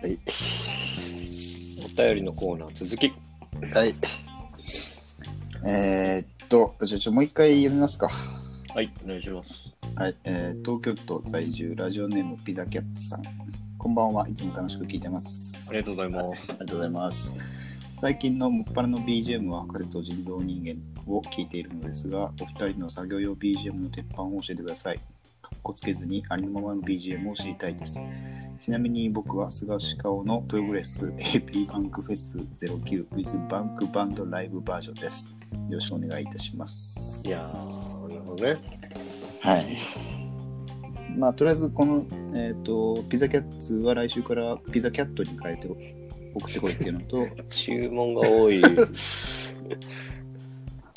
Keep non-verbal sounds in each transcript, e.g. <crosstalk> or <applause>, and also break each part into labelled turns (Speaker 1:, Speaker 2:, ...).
Speaker 1: はい。
Speaker 2: お便りのコーナー続き。
Speaker 1: はい。えー、っと、じゃあちょ、もう一回読みますか。
Speaker 2: はい、お願いします。
Speaker 1: はい、えー東京都在住ラジオネームピザキャッツさん。こんばんはいつも楽しく聞いてます。
Speaker 2: ありがとうございます。
Speaker 1: ありがとうございます。最近のもっぱらの BGM は彼と人造人間を聞いているのですが、お二人の作業用 BGM の鉄板を教えてください。かっこつけずにありのままの BGM を知りたいです。ちなみに僕は菅氏顔のプログレス AP バンクフェス09 with バンクバンドライブバージョンです。よろしくお願いいたします。
Speaker 2: いやー、なるほどね。
Speaker 1: はい。まあ、とりあえず、この、えっ、と、ピザキャッツは来週からピザキャットに変えて送ってこいっていうのと、
Speaker 2: 注文が多 <laughs> い。
Speaker 1: あ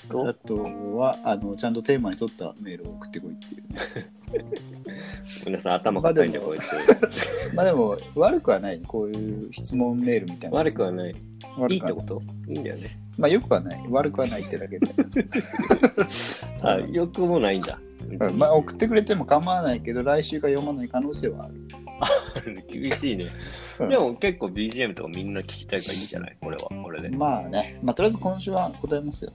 Speaker 2: と、
Speaker 1: とは、あの、ちゃんとテーマに沿ったメールを送ってこいっていう、ね。
Speaker 2: 皆さん頭固いんで、
Speaker 1: まあ
Speaker 2: こいつ。
Speaker 1: まあでも、悪くはない。こういう質問メールみたいな。
Speaker 2: 悪くはない。い
Speaker 1: 悪
Speaker 2: い
Speaker 1: く
Speaker 2: って
Speaker 1: は
Speaker 2: こ
Speaker 1: ない。
Speaker 2: といいんだよね。
Speaker 1: まあ、よくはない。悪くはないってだ
Speaker 2: <laughs>
Speaker 1: けで。
Speaker 2: あ、よくもないんだ。
Speaker 1: うんまあ、送ってくれても構わないけど、来週から読まない可能性はある。
Speaker 2: 厳しいね。
Speaker 1: うん
Speaker 2: でも結構 BGM とかみんな聞きたいからいいんじゃないこれは、これで。
Speaker 1: まあね。まあ、とりあえず今週は答えますよ。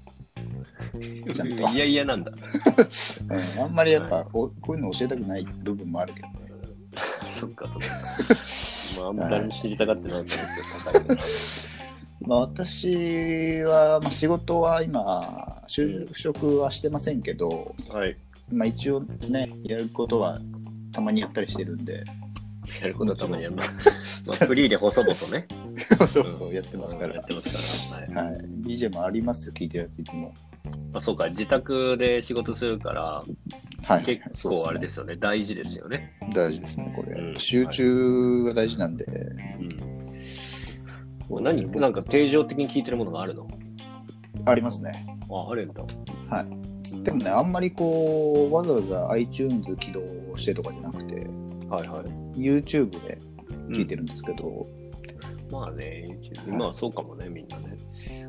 Speaker 1: ちゃんと
Speaker 2: いやいやなんだ。
Speaker 1: うん、あんまりやっぱ、おこういうの教えたくない部分もあるけどね。
Speaker 2: そっか、 <laughs> そっか。まあ、あんまり知りたがってないと思うんです
Speaker 1: まあ、私は、まあ、仕事は今就職はしてませんけど、
Speaker 2: けど。はい。
Speaker 1: まあ、一応ねやることはたまにやったりしてるんで
Speaker 2: やることはたまにや <laughs> るな。まあ、フリーで細々ね。
Speaker 1: そうそうやってますから、
Speaker 2: やってますから。はい。
Speaker 1: はい、DJ もありますよ聞いてるやついつも
Speaker 2: まあ、そうか、自宅で仕事するから、
Speaker 1: はい
Speaker 2: 結構あれですすよね。大事ですよね。
Speaker 1: ね大事ですねこれ、
Speaker 2: うん
Speaker 1: 集中が大事なんで、
Speaker 2: うん。これ何なんか定常的に聞いてるものがあるの
Speaker 1: ありますね
Speaker 2: あ、あるんだ。
Speaker 1: はいつってもねあんまりこうわざわざ iTunes 起動してとかじゃなくて
Speaker 2: はいはい。
Speaker 1: YouTube で聞いて
Speaker 2: る。
Speaker 1: るんですけど、
Speaker 2: まあね、YouTube まあそうかもね、みんなね。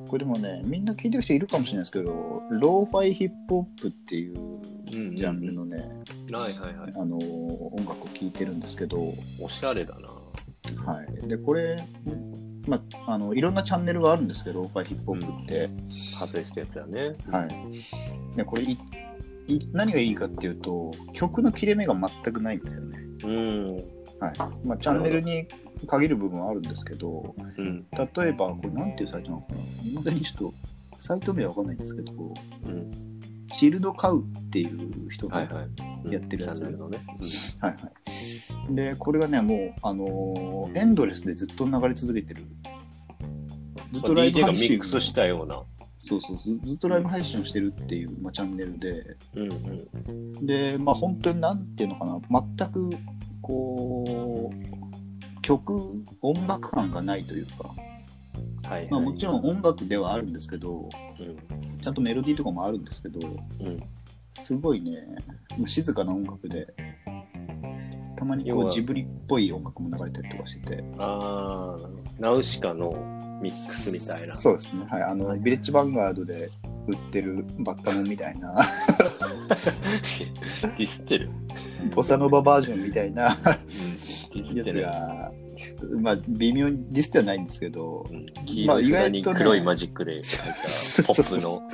Speaker 1: これでもねみんな聞いてる人いるかもしれないですけどローファイヒップホップっていう
Speaker 2: うん
Speaker 1: ジャンルのね、
Speaker 2: はいはいはい。
Speaker 1: あのー音楽を聴いてるんですけど、
Speaker 2: おしゃれだな。
Speaker 1: はい、でこれ、まあ、あのいろんなチャンネルがあるんですけどローファイヒップホップって、
Speaker 2: 派生したやつだね。
Speaker 1: はい、でこれいい何がいいかっていうと曲の切れ目が全くないんですよね、
Speaker 2: うん。
Speaker 1: はいまあ、チャンネルに限る部分はあるんですけど
Speaker 2: うん。
Speaker 1: 例えばこれなんていうサイトなのかな今だにちょっとサイト名は分かんないんですけど
Speaker 2: うん。
Speaker 1: チルドカウっていう人が、
Speaker 2: はいはい。うん
Speaker 1: やってるやつ
Speaker 2: チャンネルのね。
Speaker 1: はいはい、でこれがねもう、あのーエンドレスでずっと流れ続けてるずっとライブ
Speaker 2: DJ が
Speaker 1: 配
Speaker 2: ミ
Speaker 1: 信
Speaker 2: ックスしたような。
Speaker 1: そうそうずずっとライブ配信をしてるっていう、まあ、チャンネルで
Speaker 2: うんうん。
Speaker 1: でまあ本当になんていうのかな全くこう曲音楽感がないというか、
Speaker 2: はいはい。
Speaker 1: まあ、もちろん音楽ではあるんですけど
Speaker 2: う
Speaker 1: ちゃんとメロディーとかもあるんですけど
Speaker 2: ん。うん。
Speaker 1: すごいね静かな音楽でたまにこ
Speaker 2: 要
Speaker 1: う
Speaker 2: は
Speaker 1: ジブリっぽい音楽も流れたりとかしてて。
Speaker 2: ああ、ナウシカのミックスみ
Speaker 1: <laughs>
Speaker 2: たいな。
Speaker 1: そうですねはいあの、ビレッジヴァンガードで売ってるバッカモンみたいな
Speaker 2: ディスってる。
Speaker 1: <laughs> ボサノババージョンみたいな
Speaker 2: ディス
Speaker 1: や
Speaker 2: って
Speaker 1: つ
Speaker 2: る。
Speaker 1: がまあ微妙にディスではないんですけど
Speaker 2: うん黄
Speaker 1: まあ
Speaker 2: 色い
Speaker 1: 意
Speaker 2: 裏
Speaker 1: 外
Speaker 2: に
Speaker 1: とね
Speaker 2: 黒いマジックで入
Speaker 1: <laughs>
Speaker 2: ったポップの。
Speaker 1: そう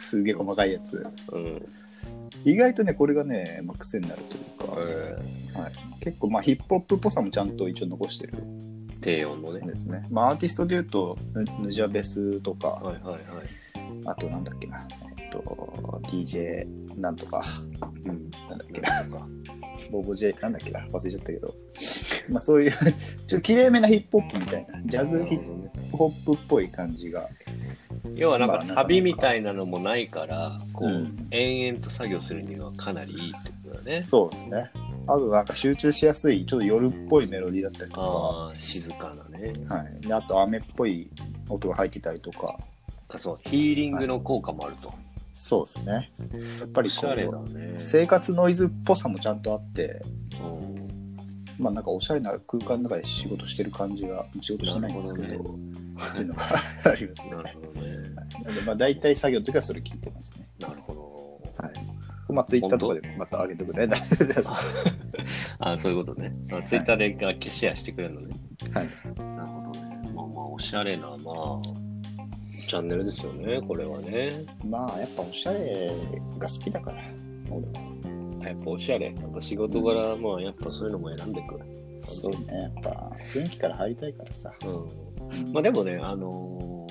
Speaker 1: すげえ細かいやつ
Speaker 2: うん。
Speaker 1: 意外とねこれがね、まあ、癖になるというか、はい、結構まあヒップホップっぽさもちゃんと一応残してるん
Speaker 2: 低音のね。
Speaker 1: ですねまあアーティストでいうとヌヌジャベスとか
Speaker 2: はいはいはい。
Speaker 1: あとなんだっけなえっと DJ なんとか
Speaker 2: うん。
Speaker 1: なんだっけな
Speaker 2: なんか。
Speaker 1: ボボジェなんだっけな忘れちゃったけど、まあ、そういうちょっときれいめなヒップホップみたいなジャズヒップホップっぽい感じが
Speaker 2: 要はなん
Speaker 1: ま
Speaker 2: か
Speaker 1: あ
Speaker 2: サビみたいなのもないから、こう、
Speaker 1: うん
Speaker 2: 延々と作業するにはかなりいいってことだね。
Speaker 1: そうですねあとなんか集中しやすいちょっと夜っぽいメロディーだったりとか
Speaker 2: ああ、静かなね。
Speaker 1: はい、であと雨っぽい音が入ってたりとか
Speaker 2: あそう、ヒーリングの効果もあると。
Speaker 1: そうですねやっぱ
Speaker 2: お
Speaker 1: り
Speaker 2: し
Speaker 1: こ
Speaker 2: ゃれだ
Speaker 1: う
Speaker 2: ね。
Speaker 1: 生活ノイズっぽさもちゃんとあって
Speaker 2: うん
Speaker 1: まあなんかおしゃれな空間の中で仕事してる感じが仕事してないんですけど
Speaker 2: なるほど
Speaker 1: っていうのがありますね
Speaker 2: なるほどね。
Speaker 1: はいので、まあ、大体作業の時はそれ聞いてますね。
Speaker 2: なるほど。
Speaker 1: はい。まあ、ツイッターとかでまた上げてくれ。大丈夫です。は
Speaker 2: あそういうことね。あツイッターでがシェアしてくれるのね。
Speaker 1: い。
Speaker 2: なるほどね。まあまあ、おしゃれな、まあ、チャンネルですよね、これはね。
Speaker 1: <laughs> まあ、やっぱおしゃれが好きだから、俺は。
Speaker 2: やっぱおしゃれ。やっぱ仕事柄、まあ、やっぱそういうのも選んでくる。
Speaker 1: そうね。やっぱ、雰囲気から入りたいからさ。
Speaker 2: うん。まあ、でもね、あの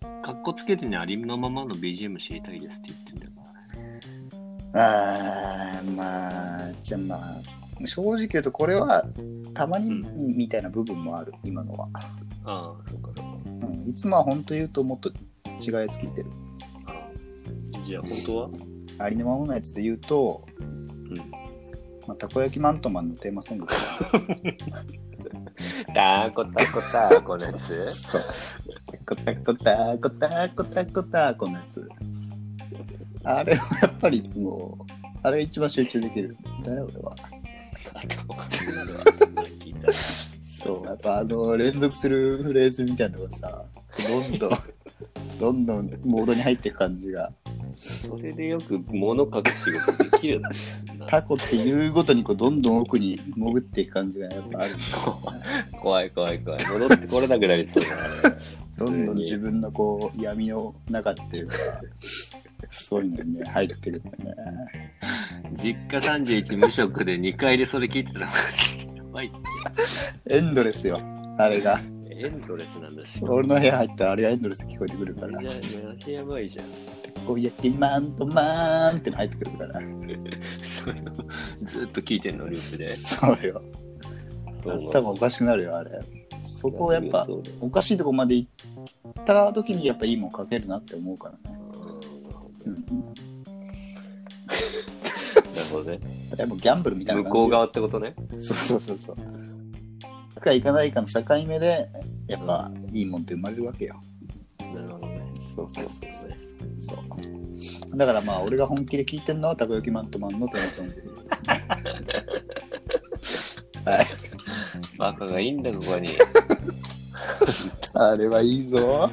Speaker 2: ー、かっこつけてね、ありのままの BGM 知りたいですって言ってんだよな。
Speaker 1: あーまあじゃあまあ正直言うとこれはたまにみたいな部分もある、今のは、
Speaker 2: ああ、そうかそうか。
Speaker 1: うん、いつもは本当言うともっと違いつけてる
Speaker 2: じゃあ、本当は
Speaker 1: ありのままのやつで言うと、まあ、たこ焼きマントマンのテーマソングとか
Speaker 2: タコタコタコのやつ
Speaker 1: そう「タコタコタコタコタコタコ」のやつあれはやっぱりいつもあれが一番集中できるんだよ俺は
Speaker 2: <laughs> <laughs> あと、なるわ。聞いた。
Speaker 1: そう、やっぱあの連続するフレーズみたいなのがさ、どん <laughs> どん、どんどんモードに入っていく感じが、
Speaker 2: それでよく物書く仕事できるな。
Speaker 1: タコっていうごとにこうどんどん奥に潜っていく感じがやっぱある。
Speaker 2: <laughs> 怖い怖い怖い。戻ってこれなくなりそうだね。
Speaker 1: どんどん自分のこう闇の中っていうか、そういうのにね、入ってくるんだね。
Speaker 2: 実家31無職で2階でそれ聞いてたら、やばい。
Speaker 1: エンドレスよ、あれが。
Speaker 2: エンドレスなんだし。
Speaker 1: 俺の部屋入ったらあれがエンドレス聞こえてくる
Speaker 2: あ
Speaker 1: か
Speaker 2: れ
Speaker 1: ら
Speaker 2: じ、ゃ、マジやばいじゃん。
Speaker 1: こうやってマンとマーンっての入ってくるから、
Speaker 2: それをずっと聞いてんの、ループで。
Speaker 1: そうよ。多分おかしくなるよ、あれ。そこをやっぱ、
Speaker 2: そうだよ
Speaker 1: おかしいとこまで行った時にやっぱいいもん書けるなって思うからね。
Speaker 2: う
Speaker 1: うんん、
Speaker 2: なるほどね。
Speaker 1: やっぱギャンブルみたいな
Speaker 2: 向
Speaker 1: 感じ
Speaker 2: こう側ってことね。
Speaker 1: そうそうそうそう。行くか行かないかの境目で、やっぱいいもんって生まれるわけよ。
Speaker 2: なるほどね。
Speaker 1: そうそうそうそう。そうだからまあ、俺が本気で聞いてるのは、たこ焼きマントマンのテーマソングですね。はい。
Speaker 2: バカがいいんだ、ここに。
Speaker 1: あれはいいぞ。
Speaker 2: あれ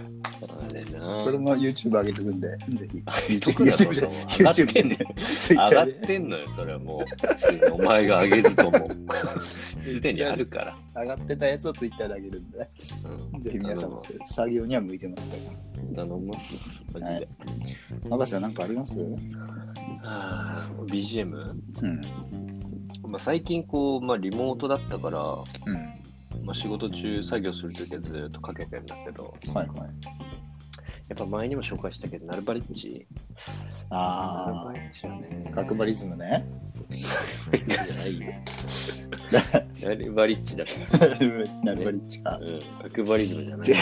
Speaker 1: これ
Speaker 2: な。
Speaker 1: も YouTube 上げとくんで、ぜひ。
Speaker 2: 得だろ
Speaker 1: YouTube で、
Speaker 2: 上がってんの上
Speaker 1: YouTube で、
Speaker 2: がってんの
Speaker 1: Twitter で。
Speaker 2: よ、それはもう。すでにお前が上げずと
Speaker 1: <laughs>
Speaker 2: も。すでにあるから。
Speaker 1: 上がってたやつをツイッターであげるんで、
Speaker 2: うん
Speaker 1: ぜひ皆さんも作業には向いてますから。
Speaker 2: 頼む。マジで。
Speaker 1: はい博士は何かありますうん。
Speaker 2: はあ BGM? まあ、最近こう、まあ、リモートだったから、
Speaker 1: うん。
Speaker 2: まあ、仕事中作業するときはずっとかけてんだけど、
Speaker 1: はいはい。
Speaker 2: やっぱ前にも紹介したけど、ナルバリッチ。ナ
Speaker 1: あ
Speaker 2: ルバリッチはね
Speaker 1: あ、。角張リズムね。
Speaker 2: じゃ
Speaker 1: <laughs>
Speaker 2: ないよ。 <laughs> ナルバリッチだから。
Speaker 1: ナルバリッチか。
Speaker 2: うん。アクバリズムじゃない
Speaker 1: で。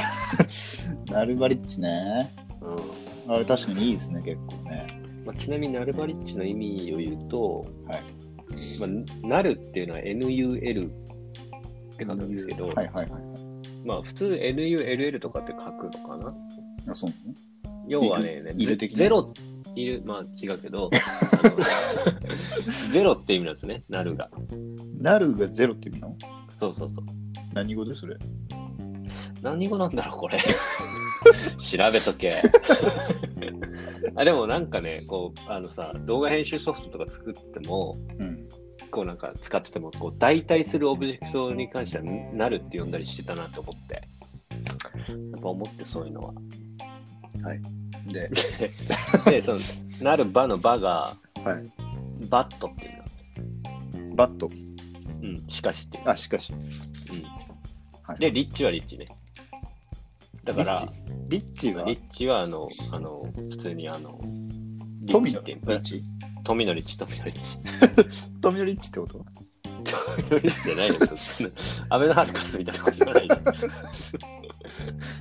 Speaker 1: ナルバリッチね。
Speaker 2: う
Speaker 1: あれ確かにいいですね、結構ね。
Speaker 2: んまあ、ちなみにナルバリッチの意味を言うと、
Speaker 1: はい
Speaker 2: まあ、なるっていうのは NUL って書くんですけど、
Speaker 1: はいはいはい。
Speaker 2: まあ普通 NULL とかって書くのかな
Speaker 1: あ、そうなの
Speaker 2: 要はね、ね
Speaker 1: いる
Speaker 2: ゼ
Speaker 1: 的な
Speaker 2: ゼロ、いる、まあ違うけ
Speaker 1: <laughs>
Speaker 2: ど、あのゼロって意味なんですね、なるが。
Speaker 1: ナルがゼロって意味なの
Speaker 2: そうそうそう。
Speaker 1: 何語でそれ
Speaker 2: 何語なんだろう、こ
Speaker 1: <laughs>
Speaker 2: れ。調べとけ。 <laughs> あでもなんかね、こう、あのさ、動画編集ソフトとか作っても、
Speaker 1: うん。
Speaker 2: こうなんか使ってても、こう代替するオブジェクトに関しては、なるって呼んだりしてたなと思って。やっぱ思ってそういう
Speaker 1: <laughs>
Speaker 2: のは。
Speaker 1: で、
Speaker 2: で、その、なる場の場が、
Speaker 1: はい。
Speaker 2: バットっていうのなんですよ。
Speaker 1: バット。
Speaker 2: うん、しかしっていう。
Speaker 1: あ、しかし。
Speaker 2: うん
Speaker 1: はい
Speaker 2: で、リッチはリッチね。だから、
Speaker 1: リッリッチは
Speaker 2: リッチはあの、あの、普通にあの、リッ
Speaker 1: 富
Speaker 2: チ
Speaker 1: の
Speaker 2: って
Speaker 1: リ
Speaker 2: いう
Speaker 1: ッチ
Speaker 2: 富のリッチ、富のリッチ。
Speaker 1: 富のリッチってこと
Speaker 2: 富のリッチじゃないの
Speaker 1: <laughs>
Speaker 2: よ、そんなアベノハルカスみたいなことじゃないの。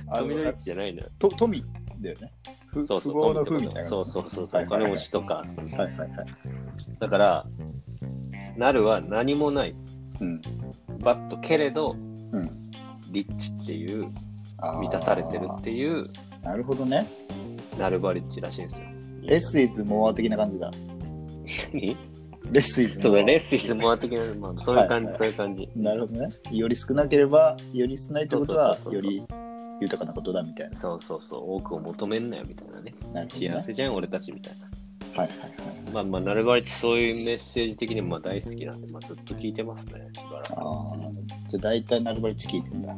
Speaker 1: あ
Speaker 2: 富のリ
Speaker 1: の
Speaker 2: ッチじゃないのよ。
Speaker 1: と富だよね。ふ
Speaker 2: そうそう、
Speaker 1: 富豪
Speaker 2: 富
Speaker 1: の富
Speaker 2: って
Speaker 1: み
Speaker 2: こと
Speaker 1: たいな。
Speaker 2: そうそうそうそう、お
Speaker 1: はいはい
Speaker 2: 金
Speaker 1: はい
Speaker 2: 持ちとか。
Speaker 1: はいはいはい。
Speaker 2: だから、なるは何もない、
Speaker 1: うん。
Speaker 2: バットけれど、
Speaker 1: うん
Speaker 2: リッチっていう、
Speaker 1: あー
Speaker 2: 満たされてるっていう、
Speaker 1: なるほどね。
Speaker 2: なるばリッチらしいんですよ。
Speaker 1: Less is more 的な感じだ。
Speaker 2: 何
Speaker 1: Less is
Speaker 2: そうだ
Speaker 1: more
Speaker 2: ね、レッスンしてもらってきな、まあ、そういう感じ、
Speaker 1: はい
Speaker 2: そういう感じ。
Speaker 1: なるほどね。より少なければ、より少ないってことは
Speaker 2: そ、うそうそう
Speaker 1: よ
Speaker 2: そう
Speaker 1: り豊かなことだみたいな。
Speaker 2: そうそうそう、多くを求めんなよみたいなね。
Speaker 1: なるほどね
Speaker 2: 幸せじゃん、俺たちみたいな。
Speaker 1: はいはいはい。
Speaker 2: まあまあ、なるべくそういうメッセージ的にもまあ大好きなんで、まあ、ずっと聞いてますね、しばらく。
Speaker 1: ああ、じゃあ大体ナルバリッチ聞いてんだ。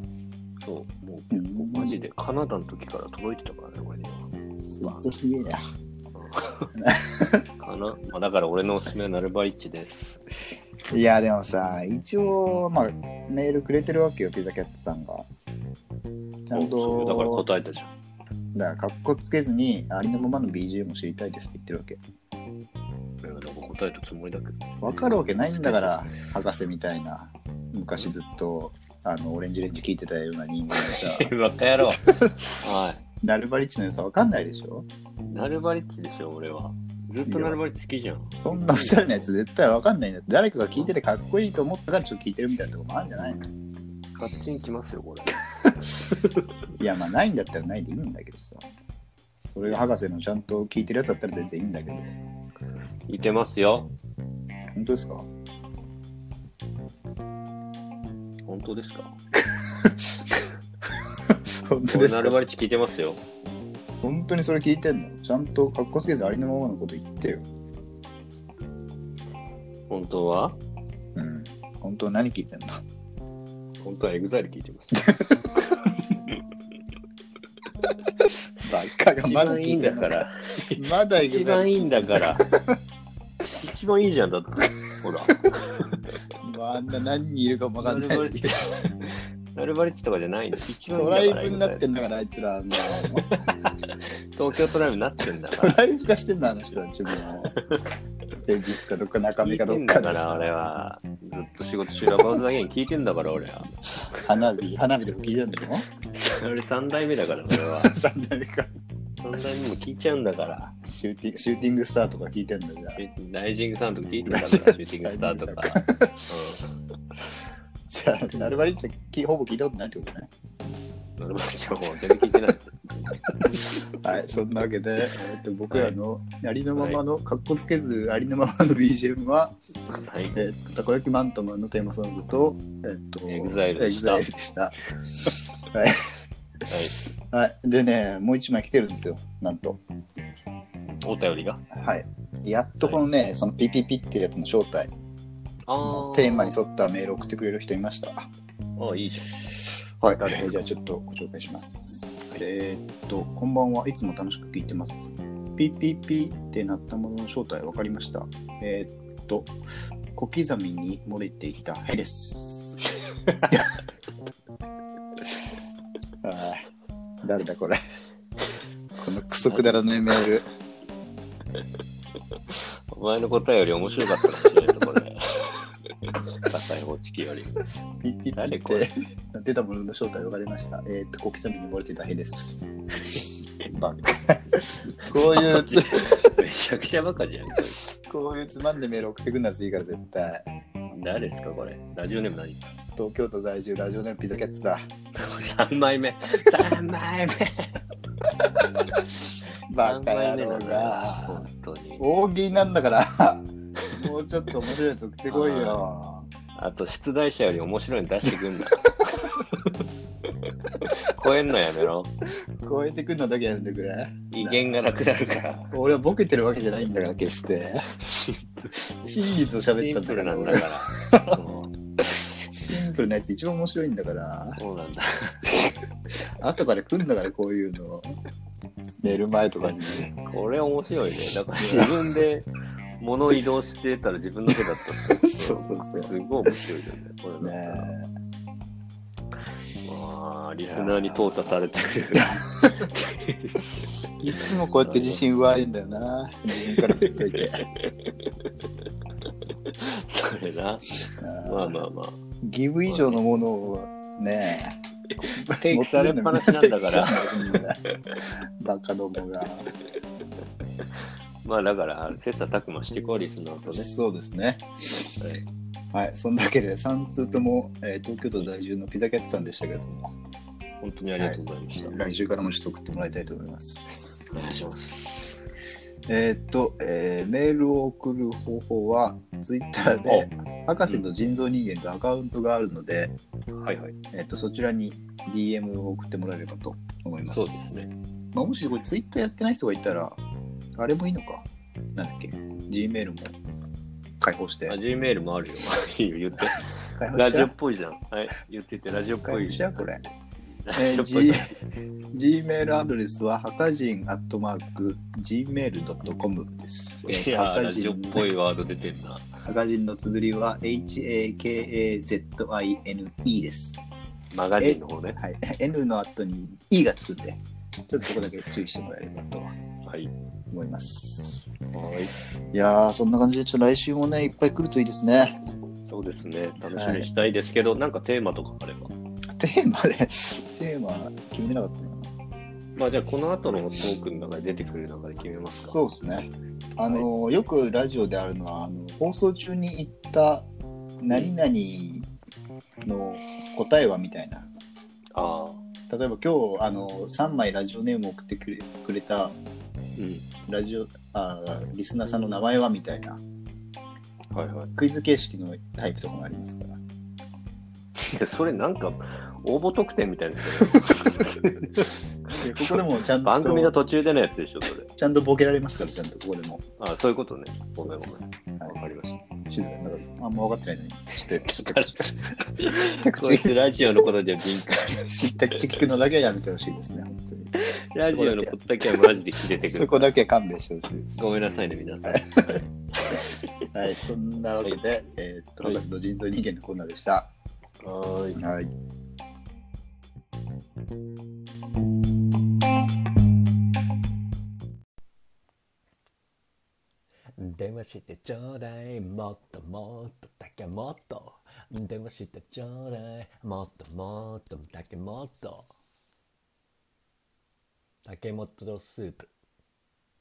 Speaker 2: そう、も
Speaker 1: う
Speaker 2: う、
Speaker 1: ん
Speaker 2: マジでカナダの時から届いてたからね、俺には。
Speaker 1: すごすげえや。
Speaker 2: かな、まあ、だから俺のおすすめはナルバリッチです。
Speaker 1: いや、でもさ、一応、まあ、メールくれてるわけよ、ピザキャッツさんが。ちゃん
Speaker 2: おそうだから
Speaker 1: と、
Speaker 2: 答えたじゃん。
Speaker 1: だから、かっこつけずに、ありのままの BGM を知りたいですって言ってるわけ。
Speaker 2: 俺はなんか答えたつもりだけど。
Speaker 1: わかるわけないんだから、博士みたいな、昔ずっと、あの、オレンジレンジ聞いてたような人間が
Speaker 2: <laughs>
Speaker 1: さ、
Speaker 2: バカ野郎。は
Speaker 1: ナルバリッチの良さわかんないでしょ
Speaker 2: い。ナルバリッチでしょ、俺は。ずっとナルバリッチ好きじゃん。
Speaker 1: そんなおしゃれなやつ絶対わかんないんだって誰かが聞いててかっこいいと思ったからちょっと聞いてるみたいなとこもあるんじゃないの
Speaker 2: カッチンきますよ、これ。
Speaker 1: いやまあないんだったらないでいいんだけどさそれが博士のちゃんと聞いてるやつだったら全然いいんだけど
Speaker 2: いてますよ。
Speaker 1: 本当ですか
Speaker 2: 本当ですか
Speaker 1: 本当
Speaker 2: 俺
Speaker 1: で
Speaker 2: ナル
Speaker 1: すか
Speaker 2: バリッチ聞いてますよ。
Speaker 1: 本当にそれ聞いてんのちゃんとかっこつけずありのままのこと言ってよ
Speaker 2: 本当は
Speaker 1: うん本当何聞いてん
Speaker 2: <laughs>
Speaker 1: の
Speaker 2: 本当はエグザイル聞いてます。
Speaker 1: バッカが
Speaker 2: 一
Speaker 1: <laughs> まだ
Speaker 2: 番いい
Speaker 1: 聞
Speaker 2: ん
Speaker 1: いて
Speaker 2: だ
Speaker 1: んの
Speaker 2: から。
Speaker 1: まだ行く
Speaker 2: 一
Speaker 1: ぞ
Speaker 2: 番いいんだから。一番いいじゃんだって。ほら。
Speaker 1: あんな何人いるかもわかん
Speaker 2: ナ
Speaker 1: な
Speaker 2: ルバ
Speaker 1: い
Speaker 2: リッチナルバリッチとかじゃないんだ。一番いい
Speaker 1: ド
Speaker 2: ん
Speaker 1: ライ
Speaker 2: だから。
Speaker 1: ブになってんだからあいつらあの
Speaker 2: 東京トライブになってんだか
Speaker 1: ド
Speaker 2: ら。
Speaker 1: ライブ化してんのあの人たちも
Speaker 2: <laughs>
Speaker 1: デビスかどっか中身かどっ
Speaker 2: 聞
Speaker 1: か
Speaker 2: いてんだか
Speaker 1: で
Speaker 2: ら
Speaker 1: さ
Speaker 2: 俺はずっと仕事中ラバーズだけに聞いてんだから俺は <laughs>
Speaker 1: 花火花火でも聞いてんの
Speaker 2: 俺3代目だから俺
Speaker 1: <laughs>
Speaker 2: は
Speaker 1: 三代目か
Speaker 2: 3代目も聞いちゃうんだから
Speaker 1: シューティングシューティングスターとか聞いてんだじゃあ
Speaker 2: ライジングさんとか聞いてんだからシューティングスターとか、
Speaker 1: じゃあナルバリッチはきほぼ聞いたことないってことね
Speaker 2: うん、ノルマル情報全然聞いてないです
Speaker 1: はいそんなわけで、えっと僕らのありのままのかっこつけずありのままの BGM は、
Speaker 2: はい
Speaker 1: えっとたこ焼きマントマンのテーマソングと、えっと
Speaker 2: EXILE
Speaker 1: で
Speaker 2: で
Speaker 1: し
Speaker 2: したた
Speaker 1: でしたはいでねもう一枚来てるんですよなんと
Speaker 2: お便りが
Speaker 1: はいやっとこのね、そのピピピってやつの正体
Speaker 2: あー
Speaker 1: テーマに沿ったメールを送ってくれる人いました。
Speaker 2: あいいじゃん
Speaker 1: はい、えーじゃあちょっとご紹介します。えーっと、こんばんはいつも楽しく聞いてます。ピッピッピーってなったものの正体分かりました。えーっと、小刻みに漏れていたヘ <laughs> です。はい誰だこれ。このクソくだらないメール。
Speaker 2: お前の答えより面白かったかもしれないとこれ火災報知器より
Speaker 1: ピッピッピ
Speaker 2: 誰
Speaker 1: っ
Speaker 2: これ
Speaker 1: <laughs> てなってたものの正体分かりました。えーっと、小刻みに漏れていたヘです。バカこうい
Speaker 2: <laughs>
Speaker 1: うつ。
Speaker 2: めちゃくちゃバカじゃんこいつ
Speaker 1: こういうつまんでメール送ってくんなやついいから絶対。
Speaker 2: 誰ですかこれラジオネーム何
Speaker 1: 東京都在住ラジオネームピザキャッツだ。
Speaker 2: 3枚目3枚目
Speaker 1: バカ野郎が。
Speaker 2: 本当に。
Speaker 1: 大喜利なんだから、 <laughs> もうちょっと面白いやつ送ってこいよ。
Speaker 2: あと、出題者より面白いの出してくん
Speaker 1: <laughs>
Speaker 2: な。超えんのやめろ。
Speaker 1: 超えてくんのだけやめてくれ。
Speaker 2: 威厳がなくなるから。
Speaker 1: 俺はボケてるわけじゃないんだから、
Speaker 2: <laughs>
Speaker 1: 決して。真実を喋
Speaker 2: シ
Speaker 1: った
Speaker 2: ン
Speaker 1: ん
Speaker 2: プ
Speaker 1: だか
Speaker 2: ルな
Speaker 1: ら、
Speaker 2: んだ
Speaker 1: 俺は
Speaker 2: から。そう
Speaker 1: シンプルなやつ一番面白いんだから、
Speaker 2: そうなんだ。
Speaker 1: 後から来るんだから、こういうの。寝る前とかに。
Speaker 2: これ面白いね。だから自分で物を移動してたら自分の手だったって
Speaker 1: そうそうそう
Speaker 2: すごい面白いよね。これ
Speaker 1: ね
Speaker 2: ね。
Speaker 1: え
Speaker 2: まあ、リスナーに淘汰されてる。
Speaker 1: いつもこうやって自信奪われんだよな。自分から振っといて。 <laughs>
Speaker 2: それな。まあまあまあ。
Speaker 1: ギブ以上のものをね、
Speaker 2: テイクされっぱなしなんだから。
Speaker 1: ら。 <laughs> バカどもが。
Speaker 2: まあだから、切磋琢磨していこう、リスナーとね。
Speaker 1: そうですね。はい、そんだけで3通とも、えー東京都在住のピザキャッツさんでしたけれども、
Speaker 2: 本当にありがとうございました。
Speaker 1: 来週からもちょっと送ってもらいたいと思います。
Speaker 2: お願いします。
Speaker 1: えーっと、えーメールを送る方法は、ツイッターで、博士と人造人間とアカウントがあるので、
Speaker 2: はいはい。
Speaker 1: えーっとそちらに DM を送ってもらえればと思います。
Speaker 2: そうですね。
Speaker 1: まあ、もしこれツイッターやってない人がいたら、あれもいいのか。なんだっけ、Gmail も開放して
Speaker 2: あ、。Gmail もあるよ。 <laughs> いいよ、言って。
Speaker 1: 開放
Speaker 2: ラ
Speaker 1: し
Speaker 2: ジ
Speaker 1: ちゃ
Speaker 2: オっ
Speaker 1: う
Speaker 2: ぽいじゃん。はい、言ってて、ラジオっぽ
Speaker 1: 開
Speaker 2: い
Speaker 1: 放しちゃうこれ。
Speaker 2: <laughs> ラ
Speaker 1: え
Speaker 2: ジオっぽい
Speaker 1: G、Gmail アドレスは、はかじんアットマーク、gmail.com です。えー
Speaker 2: いやー、
Speaker 1: は
Speaker 2: ラ
Speaker 1: かじ
Speaker 2: ジオっ
Speaker 1: ん
Speaker 2: ぽいワード出てんな。
Speaker 1: はかじんの綴りは、hakazine です。
Speaker 2: マガジンの方ね。
Speaker 1: はい。N の後に E がつくんで、ちょっとそこだけ注意してもらえればと
Speaker 2: はい。
Speaker 1: 思います。
Speaker 2: はい。
Speaker 1: いやー、そんな感じで、ちょっと来週もね、いっぱい来るといいですね。 <laughs>
Speaker 2: そうですね。楽しみにしたいですけど、なんかテーマとかあれば。
Speaker 1: テーマで、テーマ決めなかったな。
Speaker 2: まあじゃあ、この後のトークの中で出てくる中で決めますか。
Speaker 1: そうですね。あの、よくラジオであるのは、あの放送中に言った何々の答えはみたいな。
Speaker 2: ああ。
Speaker 1: 例えば今日、あの、3枚ラジオネームを送ってくれくれた
Speaker 2: うん。
Speaker 1: ラジオ、あリスナーさんの名前はみたいな。
Speaker 2: はいはい。
Speaker 1: クイズ形式のタイプとかもありますから。 <laughs>
Speaker 2: いやそれなんか、応募特典みたいですけ
Speaker 1: <laughs>
Speaker 2: ど
Speaker 1: でここでもちゃん
Speaker 2: <laughs>
Speaker 1: と、
Speaker 2: 番組の途中でのやつでしょ、それ。
Speaker 1: ちゃんとボケられますから、ちゃんとここでも。
Speaker 2: ああそういうことね。ごめんごめん。
Speaker 1: はい
Speaker 2: わかりました。
Speaker 1: 静かに。だからあんま分かってないのに。ちょっと、ちょっ
Speaker 2: わか
Speaker 1: と
Speaker 2: りまし
Speaker 1: 知った
Speaker 2: たこい
Speaker 1: 口
Speaker 2: つラジオのことでは敏感。
Speaker 1: 知った口聞くのだけはやめてほしいですね、本当に。
Speaker 2: ラジオのことだけはマジで切れてく
Speaker 1: そ
Speaker 2: る。
Speaker 1: こだけ勘弁してほしいです。
Speaker 2: ごめんなさいね、皆さん。
Speaker 1: はい、そんなわけで、えーっと、
Speaker 2: はい
Speaker 1: 博士の人造人間のコーナーでした。
Speaker 2: はーい。
Speaker 1: はい。
Speaker 3: 電話してちょうだいもっともっとだけもっと電話してちょうだいもっともっとだけもっと竹本スープ